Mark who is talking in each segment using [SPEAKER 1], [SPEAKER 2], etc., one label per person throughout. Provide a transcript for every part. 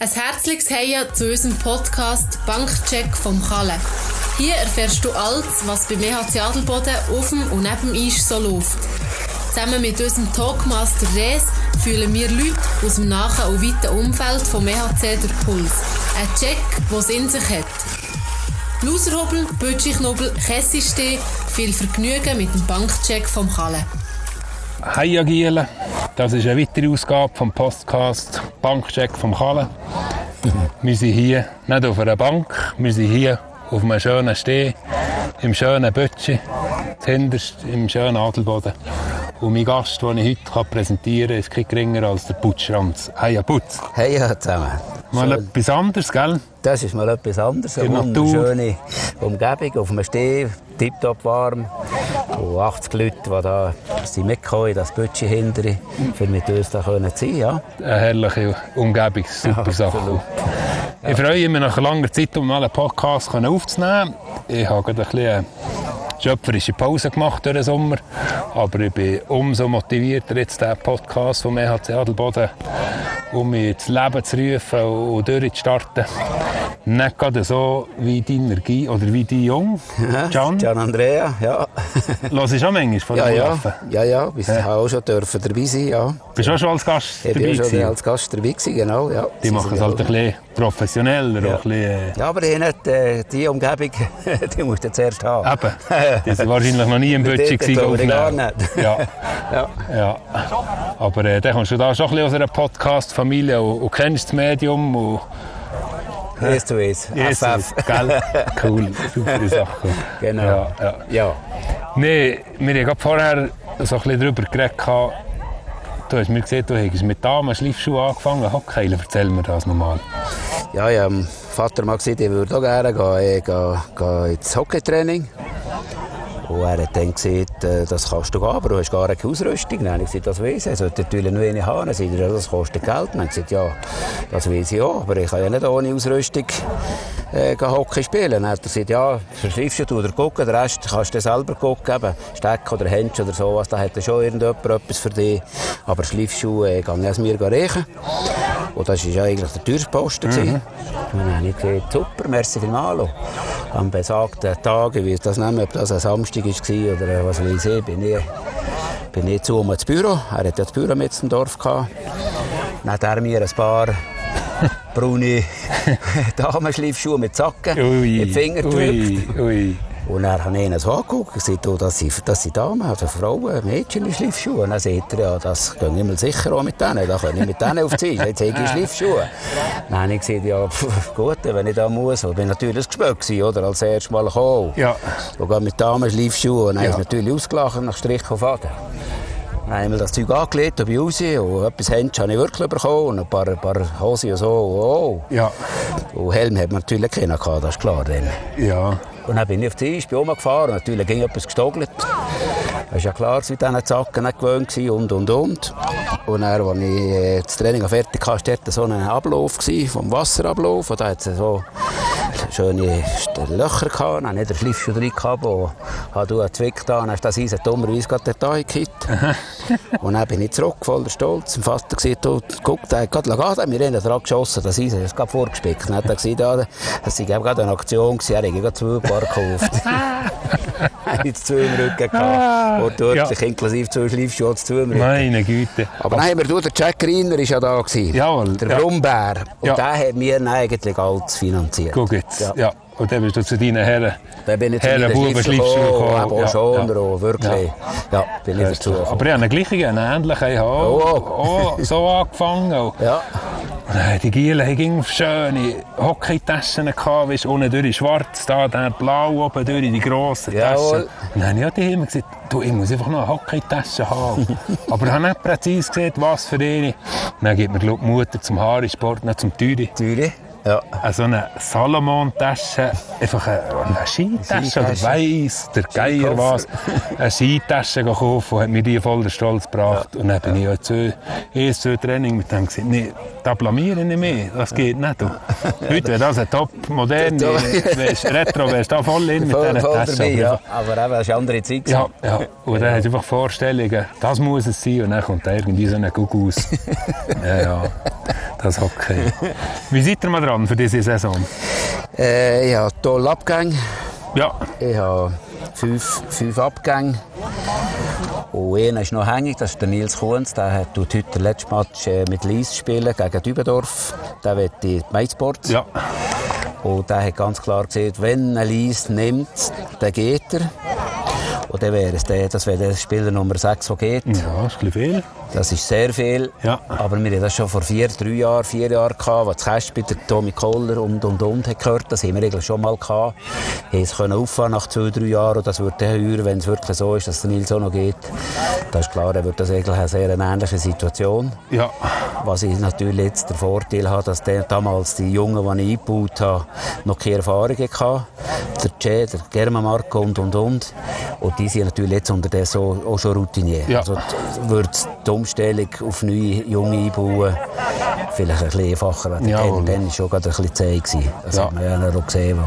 [SPEAKER 1] Ein herzliches Heia zu unserem Podcast Bankcheck vom Kalle. Hier erfährst du alles, was beim EHC Adelboden auf dem und neben dem Eis so läuft. Zusammen mit unserem Talkmaster Res fühlen wir Leute aus dem nahen und weiten Umfeld vom E EHC der Puls. Ein Check, der es in sich hat. Loserhobel, Bötschichnobel, Kessistee, viel Vergnügen mit dem Bankcheck vom Kalle.
[SPEAKER 2] Hi Agiele, das ist eine weitere Ausgabe vom Podcast Bankcheck vom Kalle. Wir sind hier nicht auf einer Bank, wir sind hier auf einem schönen Steh, im schönen Böttchen, hinterst im schönen Adelboden. Und mein Gast, den ich heute präsentieren kann, ist kein geringer als der Putzschranz. Hey, Putz.
[SPEAKER 3] Hey ja, zusammen.
[SPEAKER 2] Mal etwas anderes, gell?
[SPEAKER 3] Das ist mal etwas anderes.
[SPEAKER 2] Die
[SPEAKER 3] Eine
[SPEAKER 2] Natur.
[SPEAKER 3] wunderschöne Umgebung auf einem Steh, tiptop warm. Und 80 Leute, die da sind mitgekommen in das Bütschi hintere, für mit uns da können zu sein, ja.
[SPEAKER 2] Eine herrliche Umgebung, super
[SPEAKER 3] Ja,
[SPEAKER 2] Sache.
[SPEAKER 3] absolut.
[SPEAKER 2] Ich freue mich nach langer Zeit, um mal einen Podcast können aufzunehmen. Ich habe gerade ein bisschen eine schöpferische Pause gemacht durch den Sommer, aber ich bin umso motivierter, jetzt diesen Podcast vom EHC Adelboden um mich ins Leben zu rufen und durchzustarten. Nicht gerade so wie die Energie oder wie die Jung, Can.
[SPEAKER 3] Gian Andrea, ja.
[SPEAKER 2] Lass ich auch manchmal von
[SPEAKER 3] ja,
[SPEAKER 2] dem
[SPEAKER 3] ja.
[SPEAKER 2] Laufen.
[SPEAKER 3] Ja, ja, wir ja. auch schon dürfen dabei sein, ja.
[SPEAKER 2] Bist du auch schon als Gast
[SPEAKER 3] Ich
[SPEAKER 2] dabei
[SPEAKER 3] bin auch schon
[SPEAKER 2] gewesen?
[SPEAKER 3] als Gast dabei gewesen, genau, ja.
[SPEAKER 2] Die
[SPEAKER 3] Sie
[SPEAKER 2] machen
[SPEAKER 3] sind
[SPEAKER 2] es halt
[SPEAKER 3] ja-
[SPEAKER 2] ein bisschen professioneller, auch ein bisschen... äh,
[SPEAKER 3] Ja, aber ich nicht, äh, die Umgebung, die musst du zuerst haben.
[SPEAKER 2] Eben. Die sind wahrscheinlich noch nie im
[SPEAKER 3] Mit
[SPEAKER 2] Budget
[SPEAKER 3] denen
[SPEAKER 2] gewesen.
[SPEAKER 3] glaube ich
[SPEAKER 2] aufnehmen.
[SPEAKER 3] gar nicht.
[SPEAKER 2] Ja.
[SPEAKER 3] Ja.
[SPEAKER 2] ja. Aber äh, dann kommst du da schon ein bisschen aus einer Podcast-Familie und, und kennst das Medium. Und
[SPEAKER 3] Eins zu eins.
[SPEAKER 2] Jesus,
[SPEAKER 3] FF.
[SPEAKER 2] gell? Cool, super Sache.
[SPEAKER 3] Genau.
[SPEAKER 2] Ja, ja.
[SPEAKER 3] ja.
[SPEAKER 2] Nee, wir haben gerade vorher so ein bisschen darüber geredet. gehabt. Du hast mir gesagt, du hättest mit Damen Schleifschuhe angefangen. Hockheilen, erzähl mir das nochmal.
[SPEAKER 3] Ja, ja, mein Vater mal gesagt, ich würde auch gerne gehen, ich gehe, gehe ins Hockeytraining. Und er hat dann gesagt, äh, das kannst du gehen, aber du hast gar keine Ausrüstung. Dann habe ich gesagt, das weiss ich. Er sollte natürlich nur eine haben. Dann sagt er, ja, das kostet Geld. Dann habe ich gesagt, ja, das weiss ich auch, aber ich kann ja nicht ohne Ausrüstung äh, gehen Hockey spielen. Dann hat er gesagt, ja, verschreibst du oder gucken, den Rest kannst du selber gucken, eben Steck oder Händchen oder sowas, da hat dann schon irgendjemand etwas für dich. Aber Schleifschuhe äh, kann ich aus mir reichen. Und das war ja eigentlich der teuerste Posten. Mhm. Und dann habe ich gesagt, super, merci vielmals. Und Am besagten Tag, ich weiß das nicht mehr, ob das ein Samstag war oder was weiß ich, bin ich, bin ich zu ihm ins Büro. Er hatte ja das Büro mit im Dorf. Gehabt. Dann hat er mir ein paar braune Damenschleifschuhe mit Zacken in die Finger gedrückt.
[SPEAKER 2] ui, ui.
[SPEAKER 3] Und dann habe ich ihn so angeguckt und gesagt, oh, das, sind, das sind Damen, also Frauen, Mädchen in Schleifschuhen. Und dann sagt er, ja, das gehe ich mal sicher auch mit denen, da kann ich mit denen aufziehen, jetzt habe ich Schleifschuhe. Dann habe ich gesagt, ja, pff, gut, wenn ich da muss. Und ich war natürlich gespürt, gewesen, oder, als erstes Mal gekommen.
[SPEAKER 2] Ja.
[SPEAKER 3] Und gerade mit Damen Schleifschuhen. Und dann
[SPEAKER 2] Ja.
[SPEAKER 3] ist natürlich ausgelacht nach Strich und Faden. Dann haben wir das Zeug angelegt, da bin ich raus und etwas Händchen habe ich wirklich bekommen und ein paar, ein paar Hosen und so. Oh.
[SPEAKER 2] Ja,
[SPEAKER 3] Und Helm hat man natürlich keinen gehabt, das ist klar. Dann.
[SPEAKER 2] ja.
[SPEAKER 3] Und dann bin ich auf die Eis, bin rumgefahren, natürlich ging etwas gestogelt. Das ist ja klar, dass ich diesen Zacken nicht gewöhnt gewesen und, und, und. Und dann, als ich äh, das Training fertig hatte, war dort so ein Ablauf gewesen, vom Wasserablauf. Und da hatte es so schöne St- Löcher. Gehabt. Dann hatte ich den Schleifschuh drin, gehabt, wo hat einen Zwick da, dann ist das Eis dummerweise gerade dort angekippt. und dann bin ich zurück, voller Stolz. Mein Vater gesagt, du, guck, der hat gerade lagen, wir haben dran geschossen, das Eis ist gerade vorgespickt. Dann hat er gesagt, ja, das sei eben gerade eine Aktion gewesen, er hätte gerade zwei Paar gekauft. Er hatte zwei im Rücken. Gehabt. Und dort,
[SPEAKER 2] Ah. Ja.
[SPEAKER 3] inklusive zwei Schleifschuhe, zwei im Rücken.
[SPEAKER 2] Meine Güte.
[SPEAKER 3] Aber nein, aber du, der Jack Reiner war ja da. Gewesen,
[SPEAKER 2] Jawohl,
[SPEAKER 3] der
[SPEAKER 2] ja.
[SPEAKER 3] Brumbär. Und
[SPEAKER 2] Ja.
[SPEAKER 3] der hat mir eigentlich alles finanziert.
[SPEAKER 2] Guck jetzt. Ja.
[SPEAKER 3] Ja.
[SPEAKER 2] Und dann bist du zu deinen Herren.
[SPEAKER 3] Da bin ich zu
[SPEAKER 2] Herren,
[SPEAKER 3] meinen
[SPEAKER 2] Buben,
[SPEAKER 3] Schleifschuhen
[SPEAKER 2] Schleifschuhe
[SPEAKER 3] gekommen,
[SPEAKER 2] gekommen.
[SPEAKER 3] aber auch Schoner und wirklich, ja, bin ich
[SPEAKER 2] Ja,
[SPEAKER 3] dazu gekommen.
[SPEAKER 2] Aber ich habe einen gleichen, einen ähnlichen. Ich habe auch,
[SPEAKER 3] Oh.
[SPEAKER 2] auch so angefangen. oh. Und
[SPEAKER 3] Ja,
[SPEAKER 2] dann die Gielen hatten immer schöne Hockeytaschen, gehabt, weißt, du, unten durch schwarz, da der blau, oben durch die grossen
[SPEAKER 3] Jawohl.
[SPEAKER 2] Taschen. Und dann habe ich auch die immer gesagt, du, ich muss einfach noch eine Hockeytasche haben. Aber ich habe nicht präzise gesehen, was für eine. Dann gibt mir glaub, die Mutter zum Haarsport, noch zum Teuren.
[SPEAKER 3] Zürich. Ja.
[SPEAKER 2] Eine so eine Salomon-Tasche, einfach eine, eine Skitasche, oder
[SPEAKER 3] Skitasche.
[SPEAKER 2] weiss, der Geier
[SPEAKER 3] Skikoffer.
[SPEAKER 2] was, eine Skitasche eh, gekauft und hat mir die voller Stolz gebracht. und dann bin ich auch zu, erst zu Training mit dem gesagt, nee, Da blamiere ich mich. Das geht nicht. Du. Heute wäre das ein top moderne
[SPEAKER 3] Ja.
[SPEAKER 2] wärst Retro, wärst da voll in mit
[SPEAKER 3] Voll,
[SPEAKER 2] diesen
[SPEAKER 3] voll dabei,
[SPEAKER 2] Taschen.
[SPEAKER 3] ja. Aber eben, das war eine andere Zeit. gewesen.
[SPEAKER 2] Ja, ja. Und dann hast du einfach Vorstellungen, das muss es sein, und dann kommt da irgendwie so ein Guck aus. ja, ja, das ist okay. Wie seid ihr mal dran für diese Saison?
[SPEAKER 3] Äh, ich habe tolle Abgänge.
[SPEAKER 2] Ja,
[SPEAKER 3] Ich habe fünf, fünf Abgänge. Und einer ist noch hängig, das ist der Nils Kuhns. Der hat tut heute den letzten Match äh, mit Lies spielen gegen Dübendorf. Der wird in Mainsport.
[SPEAKER 2] ja,
[SPEAKER 3] Und der hat ganz klar gesehen, wenn er Lies nimmt, dann geht er. Und dann wäre es der, das wäre der Spieler Nummer 6, der geht.
[SPEAKER 2] ja, ist ein bisschen viel.
[SPEAKER 3] Das ist sehr viel.
[SPEAKER 2] Ja.
[SPEAKER 3] Aber wir hatten das schon vor vier, drei Jahren, vier Jahren, gehabt, als das Kästchen bei der Tommy Kohler und und und hat gehört. Das haben wir eigentlich schon mal gehabt. Haben es können auffahren nach zwei, drei Jahren. Und das wird dann höher, wenn es wirklich so ist, dass der Nils auch noch geht. Das ist klar, dann wird das eigentlich eine sehr ähnliche Situation.
[SPEAKER 2] Ja,
[SPEAKER 3] Was ich natürlich jetzt den Vorteil habe, dass der, damals die Jungen, die ich eingebaut habe, noch keine Erfahrung hatten. Der Che, der German Marco und, und, und. Und die sind natürlich jetzt unterdessen auch, auch schon routinier.
[SPEAKER 2] Ja.
[SPEAKER 3] Also d- wird die Umstellung auf neue Junge einbauen vielleicht ein bisschen einfacher. als
[SPEAKER 2] Jawohl.
[SPEAKER 3] Dann dann war schon gerade ein bisschen zäh. gewesen. Also, Das
[SPEAKER 2] Ja.
[SPEAKER 3] hat man ja auch gesehen,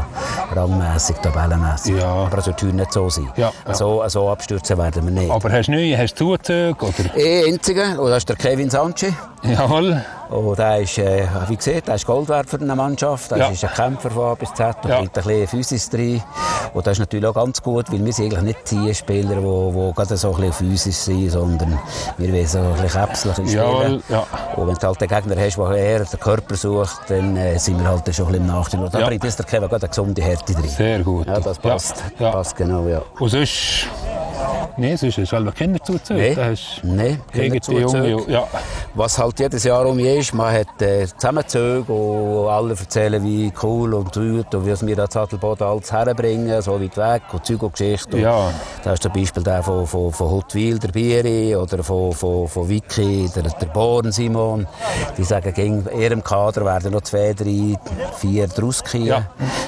[SPEAKER 3] wo rangmässig, tabellenmässig.
[SPEAKER 2] Ja.
[SPEAKER 3] Aber es wird heute nicht so sein.
[SPEAKER 2] Ja, ja.
[SPEAKER 3] So, so abstürzen werden wir nicht.
[SPEAKER 2] aber hast du neue, hast du Zuzüge? Oder?
[SPEAKER 3] Ein einziger, und das ist der Kevin Sanchez.
[SPEAKER 2] Jawohl,
[SPEAKER 3] Und er ist, äh, wie gesagt, er ist Gold wert für eine Mannschaft. Er
[SPEAKER 2] Ja.
[SPEAKER 3] ist ein Kämpfer von A bis Z und
[SPEAKER 2] Ja.
[SPEAKER 3] bringt ein bisschen Physis rein. Und das ist natürlich auch ganz gut, weil wir sind eigentlich nicht die Spieler, die, die gerade so ein bisschen physisch sind, sondern wir wollen so ein bisschen käpselig spielen.
[SPEAKER 2] Jawohl, ja.
[SPEAKER 3] Und wenn du halt den Gegner hast, der eher den Körper sucht, dann äh, sind wir halt schon ein bisschen im Nachteil. Und da
[SPEAKER 2] Ja.
[SPEAKER 3] bringt uns der Kevin gerade eine gesunde Härte rein.
[SPEAKER 2] sehr gut.
[SPEAKER 3] Ja, das passt.
[SPEAKER 2] Ja, ja.
[SPEAKER 3] Passt genau, ja.
[SPEAKER 2] Und sonst... Nein, sonst hast du halt keine Zuzüge.
[SPEAKER 3] Nee,
[SPEAKER 2] Da hast du
[SPEAKER 3] nee, keine
[SPEAKER 2] gegen die
[SPEAKER 3] Zuzüge.
[SPEAKER 2] Jungen- Ja,
[SPEAKER 3] Was halt jedes Jahr um ist, man hat äh, Zusammenzüge und alle erzählen, wie cool und gut und wie es wir an Sattelboden alles herbringen, so weit weg und Zeug und Geschichte. Und
[SPEAKER 2] Ja.
[SPEAKER 3] Da ist zum Beispiel der von, von, von Hotwil, der Bieri, oder von, von, von Vicky, der, der Born Simon. Die sagen, gegen ihrem Kader werden noch zwei, drei, vier draus gehen.
[SPEAKER 2] Ja.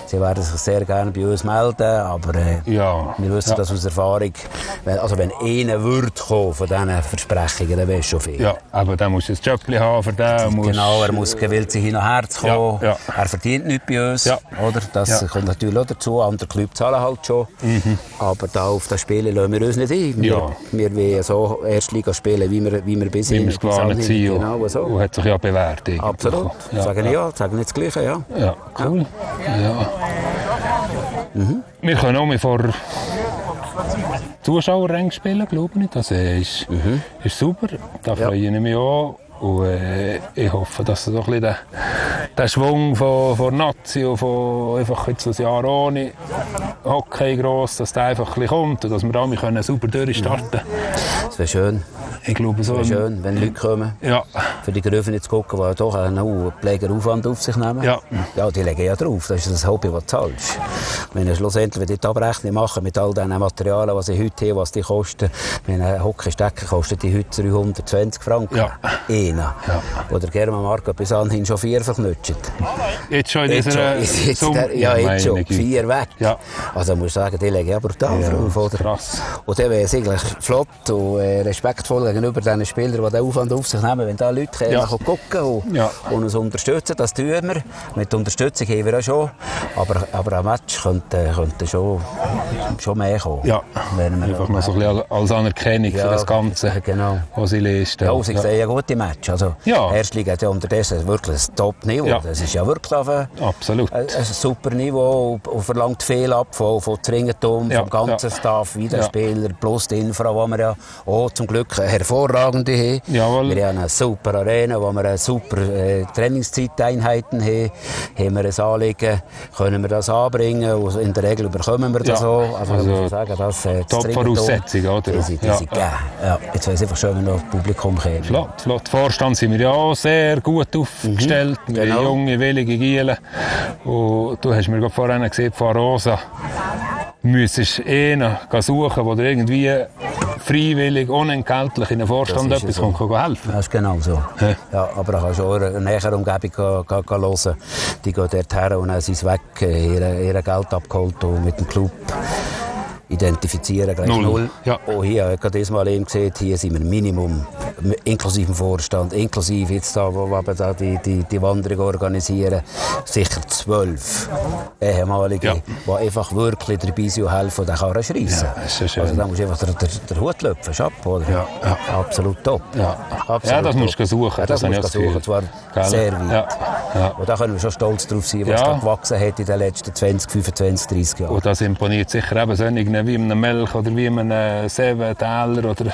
[SPEAKER 3] Sie werden sich sehr gerne bei uns melden, aber äh,
[SPEAKER 2] ja.
[SPEAKER 3] wir wissen
[SPEAKER 2] ja.
[SPEAKER 3] das aus Erfahrung. Wenn, also wenn einer würde kommen von diesen Versprechungen, dann wäre es schon viel.
[SPEAKER 2] Ja, aber dann musst du ein Jöppli haben für den. musst-
[SPEAKER 3] Genau, er muss gewillt sein, hin und her zu kommen.
[SPEAKER 2] Ja, ja.
[SPEAKER 3] Er verdient nichts bei uns.
[SPEAKER 2] Ja.
[SPEAKER 3] Oder? Das
[SPEAKER 2] Ja. Mhm.
[SPEAKER 3] kommt natürlich auch dazu. Andere Clubs zahlen halt schon. Aber da auf das Spielen lassen wir uns nicht ein. Wir,
[SPEAKER 2] Ja.
[SPEAKER 3] wir wollen so Erstliga spielen, wie wir, wie wir bis
[SPEAKER 2] Wie wir es gewarnt sind. und-
[SPEAKER 3] Genau
[SPEAKER 2] Und
[SPEAKER 3] so.
[SPEAKER 2] hat sich ja bewährt. irgendwie.
[SPEAKER 3] Absolut.
[SPEAKER 2] Ja,
[SPEAKER 3] sagen
[SPEAKER 2] ja.
[SPEAKER 3] ja, sagen nicht das Gleiche. Ja.
[SPEAKER 2] Ja, cool. Ja. Wir können auch mal vor Zuschauerrängen spielen, glaube ich. Das ist,
[SPEAKER 3] Mhm.
[SPEAKER 2] ist super. Da freue ich mich auch. Und äh, ich hoffe, dass so ein bisschen der, der Schwung von, von Nazi und von einfach jetzt ein Jahr ohne Hockey gross, dass der einfach ein bisschen kommt und dass wir da mal können super
[SPEAKER 3] Mhm.
[SPEAKER 2] durchstarten können.
[SPEAKER 3] Es wäre schön,
[SPEAKER 2] Ich glaube, so.
[SPEAKER 3] wäre schön, wenn Leute kommen.
[SPEAKER 2] Ja,
[SPEAKER 3] Für die Gröfen zu gucken, die doch einen hohen Pflegeraufwand auf sich nehmen.
[SPEAKER 2] Ja.
[SPEAKER 3] ja, die legen ja drauf. Das ist das Hobby, das du zahlst. Wenn ich schlussendlich wenn ich die Abrechnung mache mit all diesen Materialien, was ich heute habe, was die kosten. eh, Wenn ein Hockeystecker kostet die heute 320 Franken.
[SPEAKER 2] Ja.
[SPEAKER 3] Einer.
[SPEAKER 2] Ja.
[SPEAKER 3] Oder German Marco bis anhin schon vier verknutscht.
[SPEAKER 2] jetzt schon in
[SPEAKER 3] Jetzt
[SPEAKER 2] dieser
[SPEAKER 3] schon, jetzt, jetzt,
[SPEAKER 2] Summe-
[SPEAKER 3] der, ja, jetzt schon.
[SPEAKER 2] meine Güte.
[SPEAKER 3] Vier weg. Ah,
[SPEAKER 2] Ja.
[SPEAKER 3] Also muss ich sagen, die legen ja brutal
[SPEAKER 2] Ja,
[SPEAKER 3] drauf. Oder?
[SPEAKER 2] krass.
[SPEAKER 3] Und dann wäre es eigentlich flott und äh, respektvoll gegenüber den Spielern, die den Aufwand auf sich nehmen. Wenn da Leute kommen,
[SPEAKER 2] Ja.
[SPEAKER 3] kommen gucken und,
[SPEAKER 2] Ja.
[SPEAKER 3] und uns unterstützen, das tun wir. Mit Unterstützung haben wir auch schon. Aber, aber ein Match könnte, könnte schon, schon mehr kommen.
[SPEAKER 2] Ja,
[SPEAKER 3] Wenn wir
[SPEAKER 2] einfach mal so ein bisschen als Anerkennung für
[SPEAKER 3] Ja,
[SPEAKER 2] das Ganze,
[SPEAKER 3] genau.
[SPEAKER 2] was ich leiste.
[SPEAKER 3] Ja, sie sehen ja gute Match. Also,
[SPEAKER 2] Ja.
[SPEAKER 3] Die Erstliga hat ja unterdessen wirklich ein Top-Niveau.
[SPEAKER 2] Ja.
[SPEAKER 3] Das ist ja wirklich auf ein,
[SPEAKER 2] Absolut.
[SPEAKER 3] ein, ein super Niveau und, und verlangt viel ab von, von Tringentum,
[SPEAKER 2] Ja,
[SPEAKER 3] vom ganzen
[SPEAKER 2] ja.
[SPEAKER 3] Staff, wieder
[SPEAKER 2] Ja.
[SPEAKER 3] Spieler, plus die Infra, die wir ja auch zum Glück hervorragende haben.
[SPEAKER 2] Jawohl.
[SPEAKER 3] Wir haben eine super Arena, wo wir eine super äh, Trainingszeiteinheiten haben. Haben wir ein Anliegen, können wir das anbringen und in der Regel bekommen wir das
[SPEAKER 2] Ja.
[SPEAKER 3] auch. Also,
[SPEAKER 2] Also,
[SPEAKER 3] muss ich sagen, das, äh, das
[SPEAKER 2] top
[SPEAKER 3] Tringentum,
[SPEAKER 2] Voraussetzungen, oder?
[SPEAKER 3] Die sind, die
[SPEAKER 2] Ja,
[SPEAKER 3] sind
[SPEAKER 2] ja.
[SPEAKER 3] gegeben. Ja, jetzt wäre es einfach schön, wenn noch Publikum käme.
[SPEAKER 2] Flott, flott. Vorstand sind wir ja auch sehr gut aufgestellt. Wir
[SPEAKER 3] Mhm. genau.
[SPEAKER 2] haben junge, willige Gielen. Und du hast mir gerade vorhin gesehen, von Rosa. Du müsstest einen gehen suchen, der dir irgendwie freiwillig, unentgeltlich in den Vorstand
[SPEAKER 3] Das ist
[SPEAKER 2] etwas
[SPEAKER 3] so.
[SPEAKER 2] kommt, kann helfen
[SPEAKER 3] Das ist genau so.
[SPEAKER 2] Ja.
[SPEAKER 3] Ja, aber da kannst du auch eine nähere Umgebung gehen- gehen- gehen hören. Die gehen dort her und dann sind sie weg, äh, ihre, ihre Geld abgeholt und mit dem Club identifizieren gleich
[SPEAKER 2] Null,
[SPEAKER 3] null.
[SPEAKER 2] ja.
[SPEAKER 3] Oh, hier, ich habe gerade diesmal eben gesehen, hier sind wir Minimum, m- inklusive dem Vorstand, inklusive jetzt da, wo wir eben da die, die, die Wanderung organisieren, sicher zwölf ehemalige,
[SPEAKER 2] Ja.
[SPEAKER 3] die einfach wirklich dabei sind und helfen und den Karren schreissen.
[SPEAKER 2] Ja, ist ja schön.
[SPEAKER 3] also da musst du einfach den, den, den Hut löpfen, Chapeau, oder?
[SPEAKER 2] Ja, ja.
[SPEAKER 3] Absolut top.
[SPEAKER 2] Ja. Ja, das musst du suchen,
[SPEAKER 3] Ja,
[SPEAKER 2] das
[SPEAKER 3] das,
[SPEAKER 2] habe ich
[SPEAKER 3] musst du
[SPEAKER 2] auch
[SPEAKER 3] suchen,
[SPEAKER 2] das
[SPEAKER 3] zwar
[SPEAKER 2] Gefühl. Gell?
[SPEAKER 3] sehr weit.
[SPEAKER 2] Ja, ja.
[SPEAKER 3] Und da können wir schon stolz drauf sein, was
[SPEAKER 2] Ja.
[SPEAKER 3] da gewachsen hat in den letzten 20, 25, 30 Jahren.
[SPEAKER 2] Und das imponiert sicher eben so einen wie einem Melch oder wie einem Seventäler oder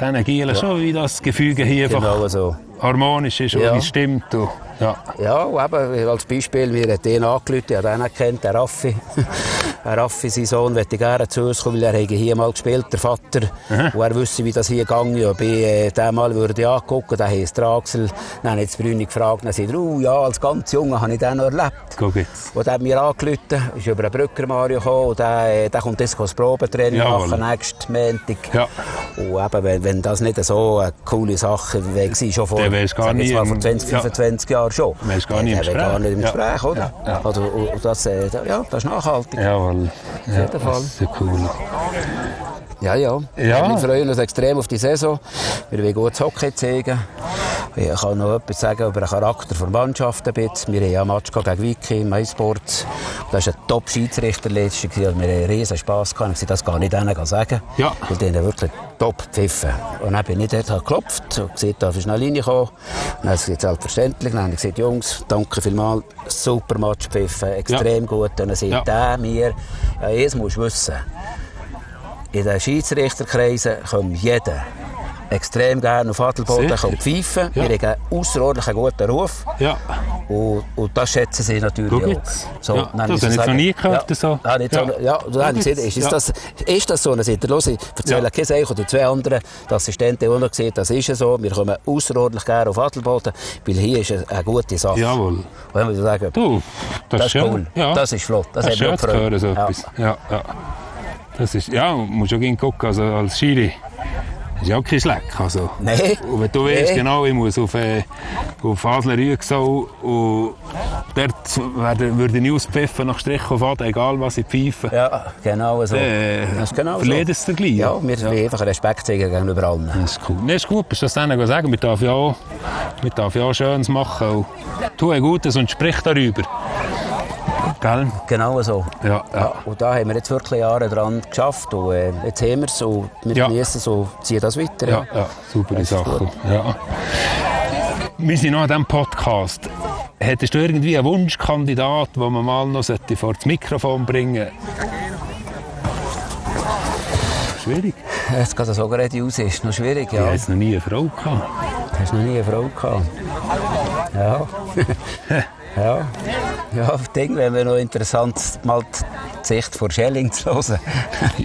[SPEAKER 2] diesen Gielen schon, wie das Gefüge hier einfach
[SPEAKER 3] Genau so.
[SPEAKER 2] harmonisch ist
[SPEAKER 3] Ja.
[SPEAKER 2] und wie es stimmt. Und, ja.
[SPEAKER 3] Ja, und eben, als Beispiel, wir haben den angerufen, ich habe den auch kennt, den Raffi. Der Raffi, sein Sohn, möchte gerne zu uns kommen, weil er hätte hier mal gespielt, der Vater. Und er wüsste, wie das hier ging. Ob ich äh, den mal würde angucken, dann heisst der Axel. Dann habe ich jetzt Brünig gefragt, dann sagt er, oh ja, als ganz Junge habe ich den noch erlebt.
[SPEAKER 2] Guck jetzt.
[SPEAKER 3] Und der hat mir angerufen, ist über den Brücker Mario gekommen und der, äh, der kommt jetzt das Probetraining
[SPEAKER 2] Jawohl.
[SPEAKER 3] machen, nächsten Montag.
[SPEAKER 2] Ja.
[SPEAKER 3] Und eben, wenn, wenn das nicht so eine coole Sache war, schon vor,
[SPEAKER 2] Dann wär's gar
[SPEAKER 3] sag ich jetzt
[SPEAKER 2] nie
[SPEAKER 3] mal, vor
[SPEAKER 2] im-
[SPEAKER 3] 20,
[SPEAKER 2] ja.
[SPEAKER 3] 25 Jahren schon,
[SPEAKER 2] Wär's gar nie im
[SPEAKER 3] Dann wär gar
[SPEAKER 2] Gespräch.
[SPEAKER 3] nicht im
[SPEAKER 2] Ja.
[SPEAKER 3] Gespräch, oder?
[SPEAKER 2] Ja, ja.
[SPEAKER 3] Also, und- und das, äh, ja, das ist nachhaltig.
[SPEAKER 2] Jawohl. Ja,
[SPEAKER 3] jeden Fall.
[SPEAKER 2] das ist ja cool.
[SPEAKER 3] Ja, ja. Äh,
[SPEAKER 2] Ja.
[SPEAKER 3] Wir freuen uns extrem auf die Saison. Wir wollen gutes Hockey zeigen. Ich kann noch etwas sagen über den Charakter der Mannschaft. Ein bisschen. Wir haben ja einen Match gehabt gegen Wiki im MySports. Das war ein Top-Schiedsrichter letztes Jahr. Also wir haben riesen Spass gehabt. Ich sagte, das kann ich denen sagen.
[SPEAKER 2] Ja.
[SPEAKER 3] Weil die haben wirklich top gepfiffen. Und dann bin ich dort habe geklopft und gesagt, darf ich noch eine Linie kommen? Dann habe ich gesagt, selbstverständlich. Dann habe ich gesagt, Jungs, danke vielmals. Super Match gepfiffen. Extrem gut. Und dann sagt
[SPEAKER 2] Ja.
[SPEAKER 3] der mir, ja, jetzt musst du wissen, in den Schiedsrichterkreisen kommt jeder extrem gerne auf Adelboden
[SPEAKER 2] Sicher.
[SPEAKER 3] kommt pfeifen.
[SPEAKER 2] Ja.
[SPEAKER 3] Wir haben einen außerordentlich guten Ruf.
[SPEAKER 2] Ja,
[SPEAKER 3] Und, und das schätzen sie natürlich
[SPEAKER 2] Schau
[SPEAKER 3] auch.
[SPEAKER 2] jetzt.
[SPEAKER 3] So,
[SPEAKER 2] Ja,
[SPEAKER 3] dann
[SPEAKER 2] das
[SPEAKER 3] muss
[SPEAKER 2] habe ich
[SPEAKER 3] sagen-
[SPEAKER 2] noch nie gehört, so.
[SPEAKER 3] Ja, habe ich jetzt
[SPEAKER 2] Ja.
[SPEAKER 3] auch noch- ja,
[SPEAKER 2] Schau
[SPEAKER 3] da habe ich gesehen,
[SPEAKER 2] jetzt.
[SPEAKER 3] ist, ist,
[SPEAKER 2] Ja.
[SPEAKER 3] das, ist das so? Dann sagt er, «Los, ich erzähle
[SPEAKER 2] Ja.
[SPEAKER 3] ja. kein Seich oder zwei anderen. Die Assistenten haben auch noch gesehen, das ist ja so. Wir kommen außerordentlich gerne auf Adelboden, weil hier ist eine, eine gute Sache.
[SPEAKER 2] jawohl.
[SPEAKER 3] Und dann muss ich sagen,
[SPEAKER 2] Du, das,
[SPEAKER 3] das
[SPEAKER 2] ist
[SPEAKER 3] ist
[SPEAKER 2] schön.
[SPEAKER 3] cool.
[SPEAKER 2] Ja.
[SPEAKER 3] Das ist flott.
[SPEAKER 2] Das
[SPEAKER 3] Das hat
[SPEAKER 2] ist
[SPEAKER 3] mich
[SPEAKER 2] schön
[SPEAKER 3] auch
[SPEAKER 2] zu hören, so
[SPEAKER 3] gefreut.
[SPEAKER 2] etwas.
[SPEAKER 3] Ja.
[SPEAKER 2] also Ja, ja. Das ist, ja, musst auch gerne gucken, also als Schiri ist ja auch kein Schleck. Also.
[SPEAKER 3] Nein.
[SPEAKER 2] Und wenn du weißt,
[SPEAKER 3] Nein.
[SPEAKER 2] genau, ich muss auf, äh, auf Adler Rüegsau und dort werden, würde ich nie auspfiffen nach Strich auf Aden, egal was ich pfeife.
[SPEAKER 3] Ja, genau so.
[SPEAKER 2] Äh,
[SPEAKER 3] das ist genau
[SPEAKER 2] verliert
[SPEAKER 3] so.
[SPEAKER 2] es dir gleich,
[SPEAKER 3] Ja,
[SPEAKER 2] ja.
[SPEAKER 3] wir wollen einfach Respekt zeigen gegenüber allen.
[SPEAKER 2] Das ist cool. Nee, ist gut, bist du das denen sagen. Wir dürfen ja auch, wir dürfen ja auch Schönes machen. Und tu ein Gutes und sprich darüber. Gell?
[SPEAKER 3] Genau so.
[SPEAKER 2] Ja, ja.
[SPEAKER 3] Und da haben wir jetzt wirklich Jahre dran geschafft. Und, äh, jetzt haben wir es und wir
[SPEAKER 2] Ja.
[SPEAKER 3] genießen es und ziehen das weiter.
[SPEAKER 2] Ja, ja, super
[SPEAKER 3] Das ist
[SPEAKER 2] Sache.
[SPEAKER 3] gut.
[SPEAKER 2] Ja. Wir sind noch an diesem Podcast. Hättest du irgendwie einen Wunschkandidat, den man mal noch sollte vor das Mikrofon bringen Schwierig.
[SPEAKER 3] Jetzt geht das auch gerade raus. Ist noch schwierig,
[SPEAKER 2] Ich
[SPEAKER 3] ja.
[SPEAKER 2] habe jetzt noch nie eine Frau gehabt.
[SPEAKER 3] Hast du noch nie eine Frau gehabt? Ja. ja. Ja, ich denke, wenn wir noch interessant mal die Sicht von Schelling zu hören.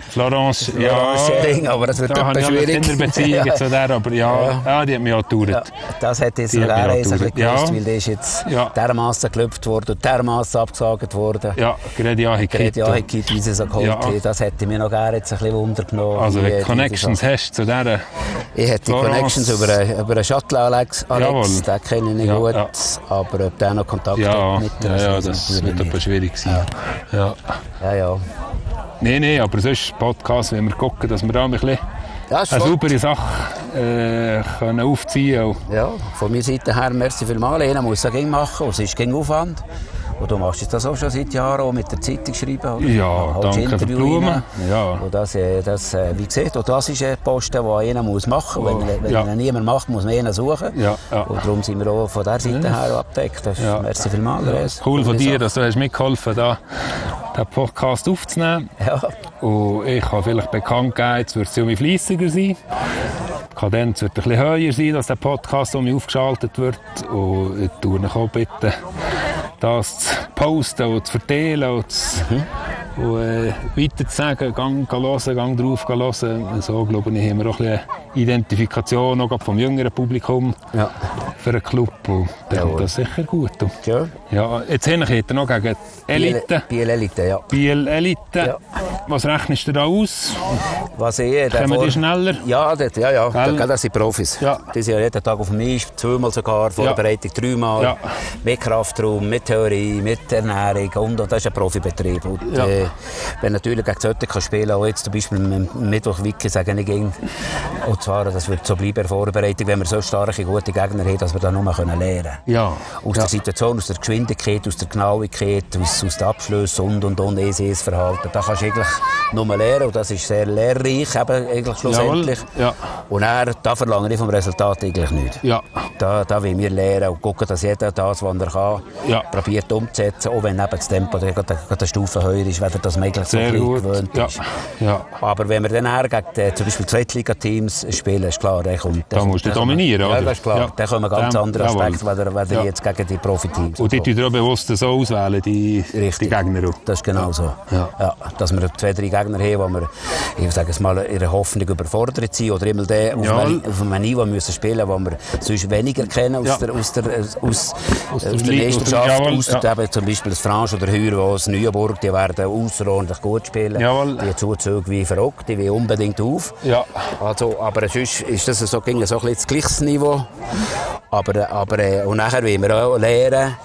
[SPEAKER 2] Florence, ja.
[SPEAKER 3] Florence Schelling, aber das wird
[SPEAKER 2] da
[SPEAKER 3] etwas
[SPEAKER 2] habe ich auch eine
[SPEAKER 3] schwierig.
[SPEAKER 2] Kinderbeziehung
[SPEAKER 3] Ja.
[SPEAKER 2] zu der, aber ja, ja.
[SPEAKER 3] Ja.
[SPEAKER 2] die hat mich auch
[SPEAKER 3] Ja,
[SPEAKER 2] gedauert.
[SPEAKER 3] das hat jetzt
[SPEAKER 2] Die
[SPEAKER 3] der
[SPEAKER 2] hat mich
[SPEAKER 3] Lehrer ein bisschen
[SPEAKER 2] natürlich- Ja.
[SPEAKER 3] gewusst, weil der ist jetzt
[SPEAKER 2] Ja.
[SPEAKER 3] dermassen gelöbt worden und dermassen abgesagt worden.
[SPEAKER 2] Ja, gerade ja, ich
[SPEAKER 3] Gerade ja,
[SPEAKER 2] Kittel.
[SPEAKER 3] ich wie sie so geholt
[SPEAKER 2] Ja.
[SPEAKER 3] haben. Das hätte mich noch gerne jetzt ein bisschen Wunder genommen.
[SPEAKER 2] Also,
[SPEAKER 3] wie,
[SPEAKER 2] wenn
[SPEAKER 3] äh,
[SPEAKER 2] du
[SPEAKER 3] die-
[SPEAKER 2] Connections hast zu dieser,
[SPEAKER 3] Ich hätte die
[SPEAKER 2] Florence.
[SPEAKER 3] Connections über, einen- über einen Shuttle Alex,
[SPEAKER 2] Jawohl.
[SPEAKER 3] Alex den kenne ich nicht
[SPEAKER 2] Ja,
[SPEAKER 3] gut,
[SPEAKER 2] ja.
[SPEAKER 3] aber ob der noch Kontakt
[SPEAKER 2] ja,
[SPEAKER 3] hat mit
[SPEAKER 2] ja,
[SPEAKER 3] uns,
[SPEAKER 2] ja,
[SPEAKER 3] weiß
[SPEAKER 2] das
[SPEAKER 3] ich
[SPEAKER 2] wird
[SPEAKER 3] nicht.
[SPEAKER 2] etwas schwierig sein. Ja.
[SPEAKER 3] Ja, ja.
[SPEAKER 2] Nein, nein, aber sonst Podcast, wenn wir gucken, dass wir da ein bisschen
[SPEAKER 3] Das ist
[SPEAKER 2] eine
[SPEAKER 3] flott.
[SPEAKER 2] saubere Sache äh, können aufziehen können.
[SPEAKER 3] Ja, von meiner Seite her, merci vielmals. Einer muss es gegen machen, und es ist gegen Aufwand. Und du machst jetzt das auch schon seit Jahren, auch mit der Zeitung schreiben. Oder?
[SPEAKER 2] Ja,
[SPEAKER 3] Holst
[SPEAKER 2] danke für
[SPEAKER 3] Interview
[SPEAKER 2] die Blumen.
[SPEAKER 3] rein.
[SPEAKER 2] Ja.
[SPEAKER 3] Und das, äh, das, äh, wie gesagt, auch das ist ein Posten, den einer muss machen muss. Wenn, wenn
[SPEAKER 2] Oh, ja.
[SPEAKER 3] ihn niemand macht, muss man einen suchen.
[SPEAKER 2] Ja, ja.
[SPEAKER 3] Und darum sind wir auch von dieser Seite her abgedeckt. Das ist,
[SPEAKER 2] Ja.
[SPEAKER 3] Merci vielmals. Res.
[SPEAKER 2] Cool von
[SPEAKER 3] Coole
[SPEAKER 2] dir,
[SPEAKER 3] Sache.
[SPEAKER 2] dass du hast mitgeholfen hast, den Podcast aufzunehmen.
[SPEAKER 3] Ja.
[SPEAKER 2] Und ich kann vielleicht bekannt geben, jetzt wird es um mich fleissiger sein. Kadenz wird ein bisschen höher sein, dass der Podcast um mich aufgeschaltet wird. Und ich tue dich auch bitten, das zu posten und zu verteilen und, zu,
[SPEAKER 3] Mhm.
[SPEAKER 2] und äh, weiter zu sagen, gang geh hören, gang drauf geh hören. So, glaube ich, haben wir auch ein bisschen Identifikation, auch gerade vom jüngeren Publikum
[SPEAKER 3] Ja.
[SPEAKER 2] für den Club. Und dann
[SPEAKER 3] Jawohl.
[SPEAKER 2] kommt das sicher gut. Und,
[SPEAKER 3] ja.
[SPEAKER 2] ja, jetzt hin ich noch gegen die Elite.
[SPEAKER 3] Biel Elite, ja.
[SPEAKER 2] Biel Elite.
[SPEAKER 3] Ja.
[SPEAKER 2] Was rechnest du da aus?
[SPEAKER 3] Was ich, der
[SPEAKER 2] Kommen
[SPEAKER 3] vor-
[SPEAKER 2] die schneller?
[SPEAKER 3] Ja, das, ja, ja.
[SPEAKER 2] Gell?
[SPEAKER 3] Da, das sind Profis.
[SPEAKER 2] Ja.
[SPEAKER 3] Die sind ja jeden Tag auf dem Eis, zweimal sogar, Vorbereitung dreimal.
[SPEAKER 2] Ja.
[SPEAKER 3] Mit Kraftraum, mit Theorie, mit Ernährung und, und das ist ein Profibetrieb. Und,
[SPEAKER 2] Ja.
[SPEAKER 3] äh, wenn natürlich gegen solche kann spielen auch jetzt zum Beispiel am Mittwoch Wicke sagen ich ging. Und zwar, das wird so bleiben in der Vorbereitung, wenn wir so starke, gute Gegner haben, dass wir da nur lernen können.
[SPEAKER 2] Ja.
[SPEAKER 3] Aus der Situation, aus der Geschwindigkeit, aus der Genauigkeit, aus, aus den Abschlüssen und und und, ECS Verhalten. Da kannst du eigentlich nur lernen und das ist sehr lehrreich eben, eigentlich schlussendlich.
[SPEAKER 2] ja.
[SPEAKER 3] Und er, da verlange ich vom Resultat eigentlich nichts.
[SPEAKER 2] Ja.
[SPEAKER 3] Da, da will wir lernen und gucken, dass jeder das, was er kann,
[SPEAKER 2] Ja.
[SPEAKER 3] probiert umzusetzen, auch wenn eben das Tempo der- der- der Stufe höher ist, wenn er das möglich so ein
[SPEAKER 2] Sehr
[SPEAKER 3] bisschen
[SPEAKER 2] gut.
[SPEAKER 3] gewöhnt
[SPEAKER 2] Ja.
[SPEAKER 3] ist.
[SPEAKER 2] ja.
[SPEAKER 3] Aber wenn wir dann her gegen die, zum Beispiel Zweitliga-Teams spielen, ist klar, dann kommt...
[SPEAKER 2] Da musst du
[SPEAKER 3] dann kommt-
[SPEAKER 2] dominieren,
[SPEAKER 3] ja,
[SPEAKER 2] oder?
[SPEAKER 3] das ist klar.
[SPEAKER 2] Ja.
[SPEAKER 3] Dann kommen ganz
[SPEAKER 2] Dem-
[SPEAKER 3] andere Aspekte,
[SPEAKER 2] jawohl.
[SPEAKER 3] wenn er, wenn er
[SPEAKER 2] Ja.
[SPEAKER 3] jetzt gegen die Profiteams
[SPEAKER 2] Und die tun auch bewusst so auswählen, die, die
[SPEAKER 3] Richtig.
[SPEAKER 2] Gegner. auch.
[SPEAKER 3] Das ist genau so.
[SPEAKER 2] Ja.
[SPEAKER 3] dass wir zwei, drei Gegner haben, wo wir, ich sage es mal, in der Hoffnung überfordert sind oder immer den auf,
[SPEAKER 2] Ja.
[SPEAKER 3] einem, auf einem Niveau müssen spielen, wo wir sonst weniger kennen aus
[SPEAKER 2] Ja.
[SPEAKER 3] der, aus der, äh, aus, aus
[SPEAKER 2] der
[SPEAKER 3] der, aus der
[SPEAKER 2] Liga,
[SPEAKER 3] Meisterschaft,
[SPEAKER 2] aus der-
[SPEAKER 3] aus
[SPEAKER 2] jawohl, ja.
[SPEAKER 3] eben zum Beispiel das Fransch oder Heuer, wo das Neuenburg, die werden außerordentlich gut spielen.
[SPEAKER 2] Jawohl.
[SPEAKER 3] Die Zuzüge wie verrückt, die wollen unbedingt auf.
[SPEAKER 2] Ja.
[SPEAKER 3] Also, aber sonst ist das so, ging so ein bisschen das gleiche Niveau. Aber, aber, äh, und nachher wollen wir auch lernen,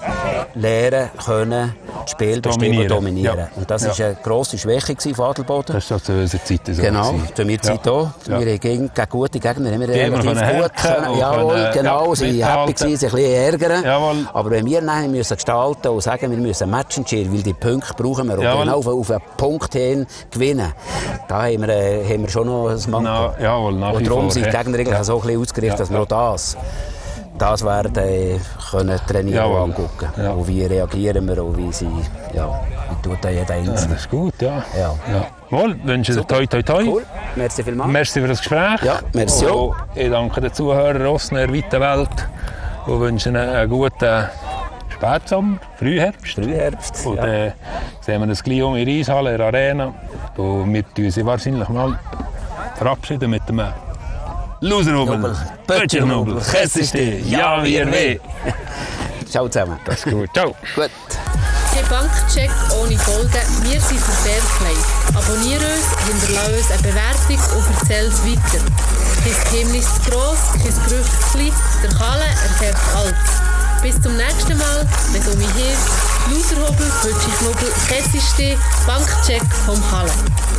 [SPEAKER 3] lernen können, das Spiel bestimmen und
[SPEAKER 2] Dominieren,
[SPEAKER 3] dominieren.
[SPEAKER 2] ja.
[SPEAKER 3] Und das war
[SPEAKER 2] Ja.
[SPEAKER 3] eine grosse Schwäche gewesen von Adelboden.
[SPEAKER 2] Das war zu unserer Zeit so.
[SPEAKER 3] Genau,
[SPEAKER 2] gewesen.
[SPEAKER 3] zu meiner Zeit auch.
[SPEAKER 2] Ja.
[SPEAKER 3] Wir haben gegen, gegen gute Gegner immer
[SPEAKER 2] haben wir
[SPEAKER 3] relativ
[SPEAKER 2] können
[SPEAKER 3] gut.
[SPEAKER 2] hacken
[SPEAKER 3] können-
[SPEAKER 2] und
[SPEAKER 3] Jawohl,
[SPEAKER 2] können,
[SPEAKER 3] genau.
[SPEAKER 2] ja,
[SPEAKER 3] sie waren happy,
[SPEAKER 2] mithalten.
[SPEAKER 3] gewesen, sich ein bisschen ärgern.
[SPEAKER 2] Jawohl.
[SPEAKER 3] Aber wenn wir nachher müssen gestalten und sagen, wir müssen Matchen cheeren, weil die Punkte brauchen wir, und
[SPEAKER 2] Jawohl.
[SPEAKER 3] genau auf, auf einen Punkt hin gewinnen, da haben wir, äh, haben wir schon noch ein Manko.
[SPEAKER 2] Na, jawohl, nach
[SPEAKER 3] Und
[SPEAKER 2] wie
[SPEAKER 3] darum
[SPEAKER 2] vor.
[SPEAKER 3] sind die
[SPEAKER 2] ja.
[SPEAKER 3] Gegner eigentlich so ein bisschen ausgerichtet, dass wir auch das, das werden äh, können trainieren
[SPEAKER 2] Jawohl.
[SPEAKER 3] und angucken.
[SPEAKER 2] Ja.
[SPEAKER 3] Und wie reagieren wir und wie sie, ja, wie tut da jeder
[SPEAKER 2] Ja,
[SPEAKER 3] Einzelne.
[SPEAKER 2] Das ist gut, ja.
[SPEAKER 3] Ja.
[SPEAKER 2] ja. Wohl, wünsche dir toi toi toi.
[SPEAKER 3] Cool, merci vielmals.
[SPEAKER 2] Merci für das Gespräch.
[SPEAKER 3] Ja, merci auch.
[SPEAKER 2] Und Ich danke den Zuhörern aus einer weiten Welt und wünsche ihnen einen guten Spätsommer, Frühherbst.
[SPEAKER 3] Frühherbst.
[SPEAKER 2] Und
[SPEAKER 3] Ja.
[SPEAKER 2] äh, sehen wir das gleich um in der Eishalle, in der Arena. Und wir tun sie wahrscheinlich mal verabschieden mit dem Loserhubel,
[SPEAKER 3] Nobel.
[SPEAKER 2] Bötchenhubel, Kessiste, ja, wir weh.
[SPEAKER 3] Ciao zusammen.
[SPEAKER 2] Das ist gut, ciao.
[SPEAKER 3] Gut.
[SPEAKER 1] Der Bankcheck ohne Folgen, wir sind für fair play. Abonniere uns, hinterlasse uns eine Bewertung und erzähl es weiter. Kein Geheimnis zu gross, kein Gerücht zu klein, der Kalle erfährt alles. Bis zum nächsten Mal, wenn du mich hilfst, Loserhobel, Pötschenschnubbel, Kessiste, Bankcheck vom Kalle.